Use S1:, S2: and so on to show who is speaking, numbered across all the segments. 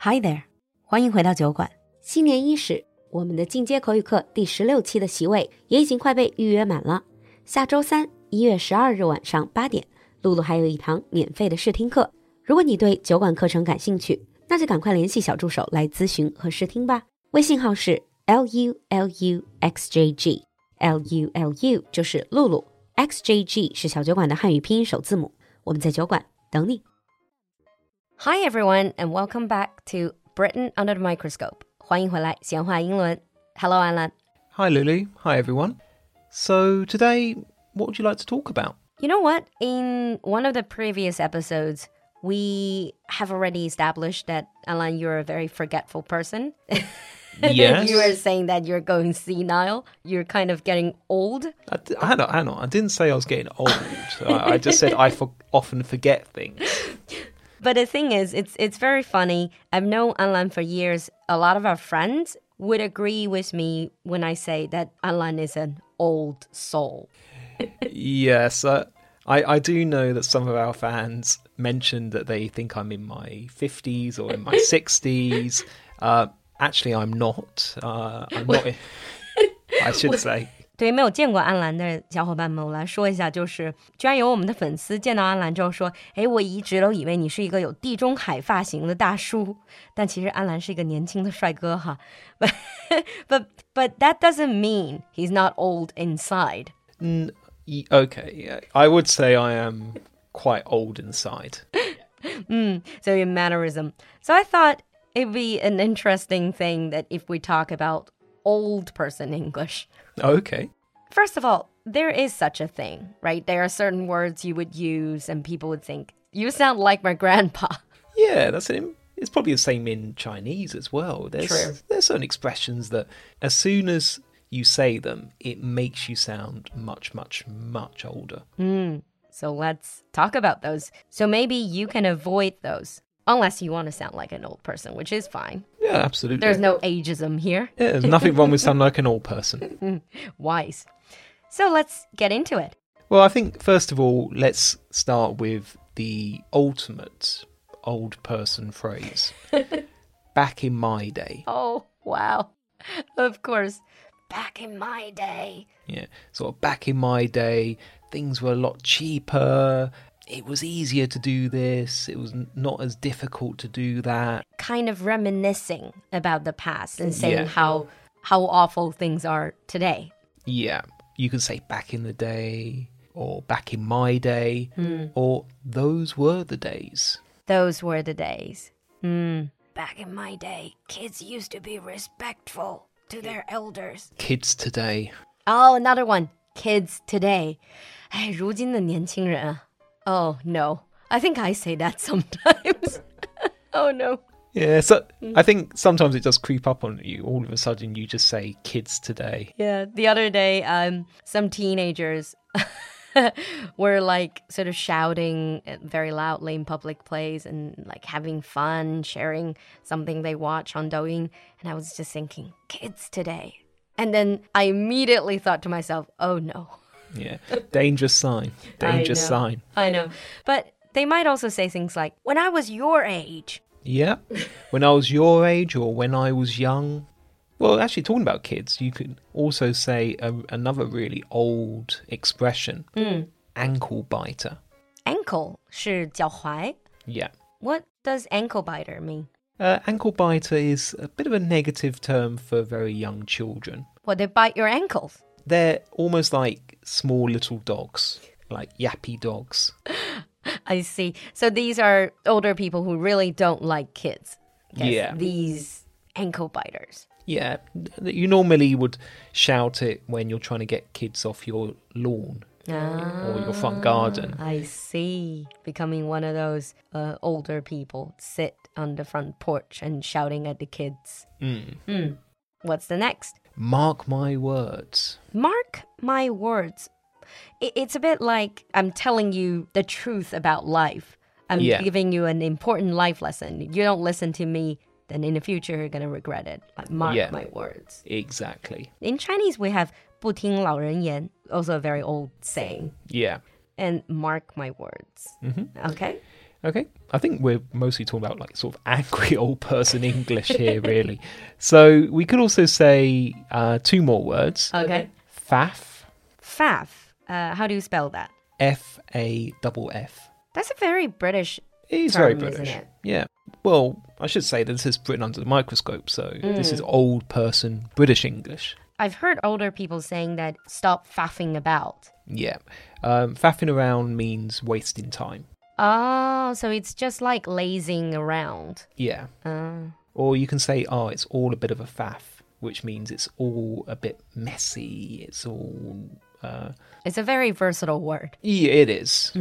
S1: Hi there，欢迎回到酒馆。
S2: 新年伊始，我们的进阶口语课第十六期的席位也已经快被预约满了。下周三，一月十二日晚上八点，露露还有一堂免费的试听课。如果你对酒馆课程感兴趣，那就赶快联系小助手来咨询和试听吧。微信号是 l u l u x j g l u l u 就是露露，x j g 是小酒馆的汉语拼音首字母。我们在酒馆等你。Hi everyone and welcome back to Britain under the microscope. 欢迎回来，闲话英伦。Hello, Alan.
S3: Hi, Lulu. Hi, everyone. So, today, what would you like to talk about?
S2: You know what? In one of the previous episodes, we have already established that Alan, you're a very forgetful person.
S3: Yes.
S2: you were saying that you're going senile. You're kind of getting old.
S3: I d- hang on, hang on. I didn't say I was getting old. I, I just said I for- often forget things.
S2: But the thing is, it's it's very funny. I've known Alan for years. A lot of our friends would agree with me when I say that Alan is an old soul.
S3: Yes, uh, I, I do know that some of our fans mentioned that they think I'm in my 50s or in my 60s. Uh, actually, I'm not. Uh, I'm not. in- I should say.
S2: 对于没有见过安澜的小伙伴们，我来说一下，就是居然有我们的粉丝见到安澜之后说：“哎，我一直都以为你是一个有地中海发型的大叔，但其实安澜是一个年轻的帅哥哈。” But but but that doesn't mean he's not old inside.
S3: Mm, y- okay, yeah. I would say I am quite old inside.
S2: so your mannerism. So I thought it'd be an interesting thing that if we talk about old person English.
S3: Okay.
S2: First of all, there is such a thing, right? There are certain words you would use and people would think, you sound like my grandpa.
S3: Yeah, that's it. It's probably the same in Chinese as well. There's
S2: True.
S3: there's certain expressions that as soon as you say them, it makes you sound much, much, much older.
S2: So let's talk about those. So maybe you can avoid those unless you want to sound like an old person, which is fine.
S3: Yeah, absolutely.
S2: There's no ageism here.
S3: yeah, there's nothing wrong with sounding like an old person.
S2: Wise. So let's get into it.
S3: Well, I think first of all, let's start with the ultimate old person phrase. Back in my day.
S2: Oh, wow. Of course. Back in my day.
S3: Yeah. Sort of back in my day, things were a lot cheaper. It was easier to do this. It was n- not as difficult to do that.
S2: kind of reminiscing about the past and saying
S3: Yeah.
S2: how how awful things are today.
S3: Yeah. You can say back in the day or back in my day or those were the days.
S2: Those were the days. Mm. Back in my day, kids used to be respectful to their elders.
S3: Kids today.
S2: Oh, another one. Kids today. 哎，如今的年轻人啊。Oh no. I think I say that sometimes. oh no.
S3: Yeah, so I think sometimes it does creep up on you. All of a sudden, you just say kids today.
S2: Yeah, the other day, um, some teenagers were like sort of shouting very loudly in public place and like having fun, sharing something they watch on Douyin. And I was just thinking, kids today. And then I immediately thought to myself, oh no.
S3: Yeah. Dangerous sign. Dangerous
S2: know.
S3: sign.
S2: I know. But they might also say things like, when I was your age.
S3: Yeah. when I was your age or when I was young. Well, actually, talking about kids, you could also say a, another really old expression ankle biter.
S2: Ankle 是脚踝.
S3: Yeah.
S2: What does ankle biter mean?
S3: Uh, ankle biter is a bit of a negative term for very young children.
S2: Well, they bite your ankles.
S3: They're almost like small little dogs, like yappy dogs.
S2: I see. So these are older people who really don't like kids. Yes,
S3: Yeah.
S2: These ankle biters.
S3: Yeah. You normally would shout it when you're trying to get kids off your lawn or your front garden.
S2: Ah, I see. Becoming one of those uh, older people sit on the front porch and shouting at the kids. Hmm. What's the next?
S3: Mark my words.
S2: Mark my words. I- It's a bit like I'm telling you the truth about life. I'm
S3: Yeah.
S2: giving you an important life lesson. You don't listen to me, then in the future you're going to regret it. Like, Mark
S3: Yeah.
S2: my words.
S3: Exactly.
S2: In Chinese, we have 不听老人言, also a very old saying,
S3: Yeah.
S2: and mark my words. Okay.
S3: Okay. I think we're mostly talking about like sort of angry old person English here, really. so we could also say uh, two more words
S2: Okay.
S3: faff,
S2: Faff. Uh, how do you spell that?
S3: F A double F.
S2: That's a very British.
S3: It is very
S2: Term, isn't
S3: British.
S2: it?
S3: Yeah. Well, I should say that this is Britain under the microscope, so this
S2: Mm.
S3: is old person British English.
S2: I've heard older people saying that stop faffing about.
S3: Yeah. Um, faffing around means wasting time.
S2: Oh, so it's just like lazing around.
S3: Yeah.
S2: Uh,
S3: Or you can say, oh, it's all a bit of a faff, which means it's all a bit messy. It's all. Uh,
S2: it's a very versatile word,
S3: yeah, it is.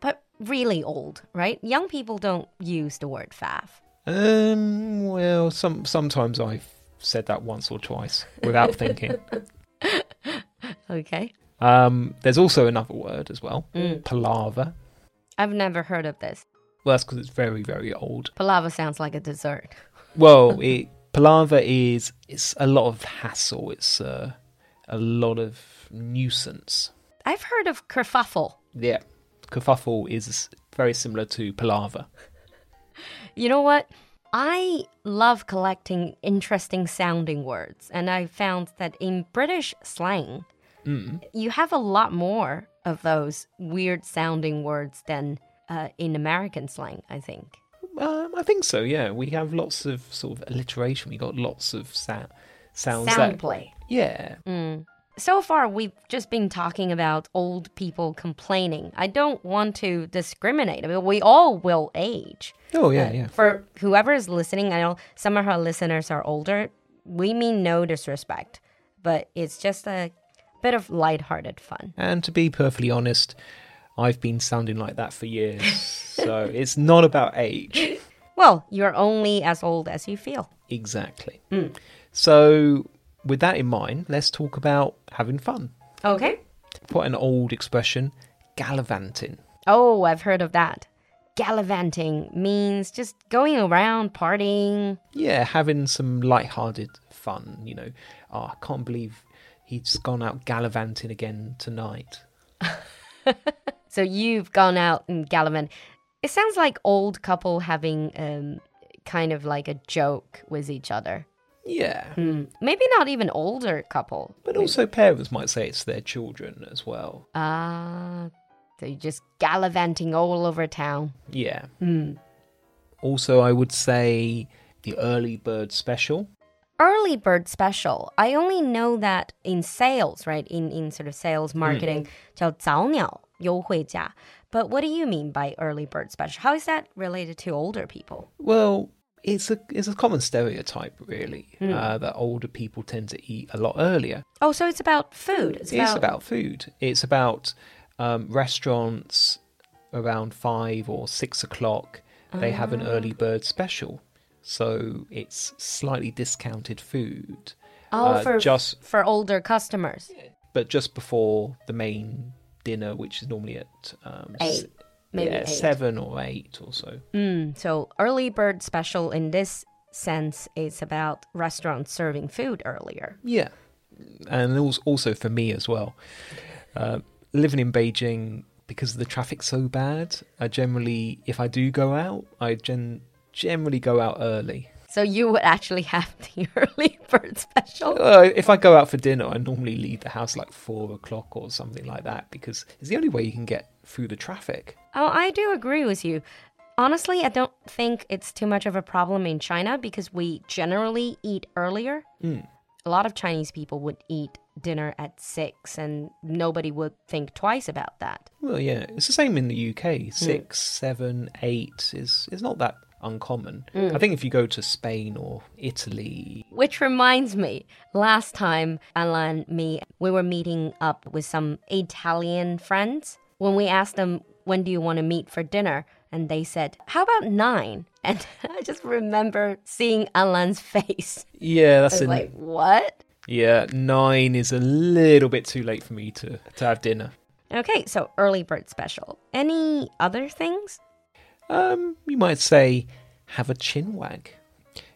S2: but really old, right? Young people don't use the word faff.
S3: Um, well, some sometimes I've said that once or twice without thinking.
S2: Okay.
S3: Um, there's also another word as well, palaver.
S2: I've never heard of this.
S3: Well, that's because it's very, very old.
S2: Palava sounds like a dessert.
S3: Well, it, palaver is it's a lot of hassle. It's uh, a lot of nuisance.
S2: I've heard of kerfuffle.
S3: Yeah, kerfuffle is very similar to palaver.
S2: You know what? I love collecting interesting sounding words, and I found that in British slang, you have a lot more of those weird sounding words than uh, in American slang, I think.
S3: Um, I think so. Yeah, we have lots of sort of alliteration. We got lots of sa- sounds.
S2: Sound
S3: that-
S2: play.
S3: Yeah,
S2: So far, we've just been talking about old people complaining. I don't want to discriminate. I mean, we all will age.
S3: Oh yeah, yeah.
S2: For whoever is listening, I know some of our listeners are older. We mean no disrespect, but it's just a bit of lighthearted fun.
S3: And to be perfectly honest, I've been sounding like that for years. so it's not about age
S2: Well, you're only as old as you feel.
S3: exactly. So with that in mind, let's talk about having fun.
S2: Okay.
S3: Quite an old expression, gallivanting.
S2: Oh, I've heard of that. Gallivanting means just going around partying.
S3: Yeah, having some light-hearted fun. You know, oh, I can't believe he's gone out gallivanting again tonight.
S2: So you've gone out and gallivant. It sounds like old couple having um, kind of like a joke with each other.
S3: Yeah.
S2: Maybe not even older couple.
S3: But also, parents might say it's their children as well.
S2: Ah, so you're just gallivanting all over town.
S3: Yeah.
S2: Hmm.
S3: Also, I would say the early bird special.
S2: Early bird special. I only know that in sales, right? In in sort of sales marketing, 叫早鸟优惠价. But what do you mean by early bird special? How is that related to older people?
S3: Well, it's a it's a common stereotype, really,
S2: Hmm.
S3: uh, that older people tend to eat a lot earlier.
S2: Oh, so it's about food. It's
S3: It's about, food. It's about um, restaurants around five or six o'clock. They have
S2: Ah.
S3: an early bird special, so it's slightly discounted food.
S2: Oh,
S3: uh,
S2: for
S3: just
S2: for older customers.
S3: but just before the main dinner, which is normally at um, s-
S2: Eight, maybe
S3: yeah,
S2: eight.
S3: seven or eight or so.
S2: Mm, so early bird special in this sense is about restaurants serving food earlier.
S3: Yeah, and als- also for me as well. Uh, living in Beijing because the traffic's so bad, I generally, if I do go out, I gen- generally go out early.
S2: So you would actually have the early bird special.
S3: Uh, if I go out for dinner, I normally leave the house like four o'clock or something like that because it's the only way you can get through the traffic.
S2: Oh, I do agree with you. Honestly, I don't think it's too much of a problem in China because we generally eat earlier. A lot of Chinese people would eat dinner at six, and nobody would think twice about that.
S3: Well, yeah, it's the same in the UK. Six, seven, eight is is not that uncommon. I think if you go to Spain or Italy,
S2: Which reminds me, last time Alan, me, we were meeting up with some Italian friends. When we asked them, when do you want to meet for dinner? And they said, how about nine? And I just remember seeing Alan's face.
S3: yeah,
S2: I
S3: that's
S2: was
S3: in,
S2: like, what?
S3: yeah, nine is a little bit too late for me to to have dinner.
S2: Okay, so early bird special. Any other things?
S3: Um, you might say have a chin wag.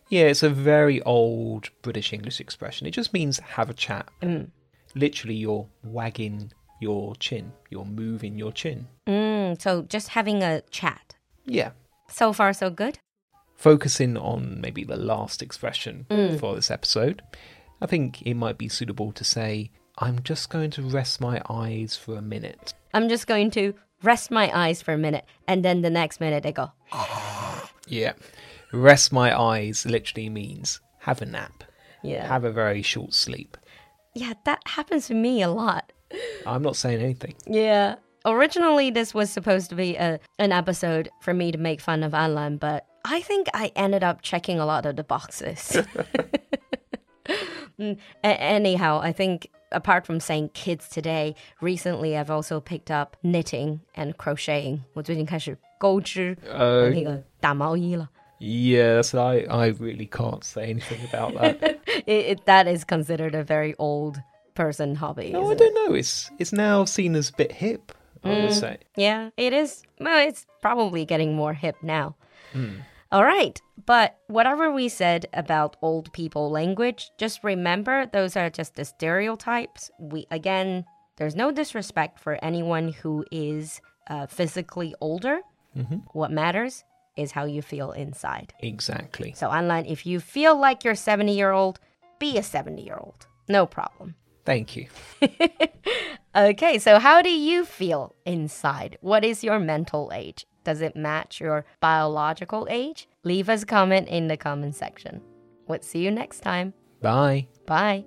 S3: Yeah, it's a very old British English expression. It just means have a chat.
S2: Mm.
S3: Literally, you're wagging your chin. You're moving your chin.
S2: Mm, so just having a chat.
S3: yeah,
S2: So far, so good.
S3: focusing on maybe the last expression for this episode, I think it might be suitable to say, I'm just going to rest my eyes for a minute.
S2: I'm just going to rest my eyes for a minute, and then the next minute they go.
S3: Yeah. Rest my eyes literally means have a nap,
S2: Yeah.
S3: have a very short sleep.
S2: yeah, that happens to me a lot.
S3: I'm not saying anything.
S2: Yeah. Originally, this was supposed to be a, an episode for me to make fun of Alan, but I think I ended up checking a lot of the boxes. Mm, a- anyhow, I think apart from saying kids today, recently I've also picked up knitting and crocheting. 我最近开始钩织
S3: Oh.
S2: 那个打毛衣了。
S3: Yes, I, I really can't say anything about that.
S2: It, it, that is considered a very old person hobby.
S3: no, Oh,
S2: isn't
S3: I
S2: it?
S3: don't know. It's, it's now seen as a bit hip, I would say.
S2: Yeah, it is. Well, it's probably getting more hip now. All right. But whatever we said about old people language, just remember those are just the stereotypes. We, again, there's no disrespect for anyone who is uh, physically older. What matters is how you feel inside.
S3: Exactly.
S2: So, online, if you feel like you're 70 year old, be a 70 year old. No problem.
S3: Thank you.
S2: Okay, so how do you feel inside? What is your mental age? Does it match your biological age? Leave us a comment in the comment section. We'll see you next time.
S3: Bye.
S2: Bye.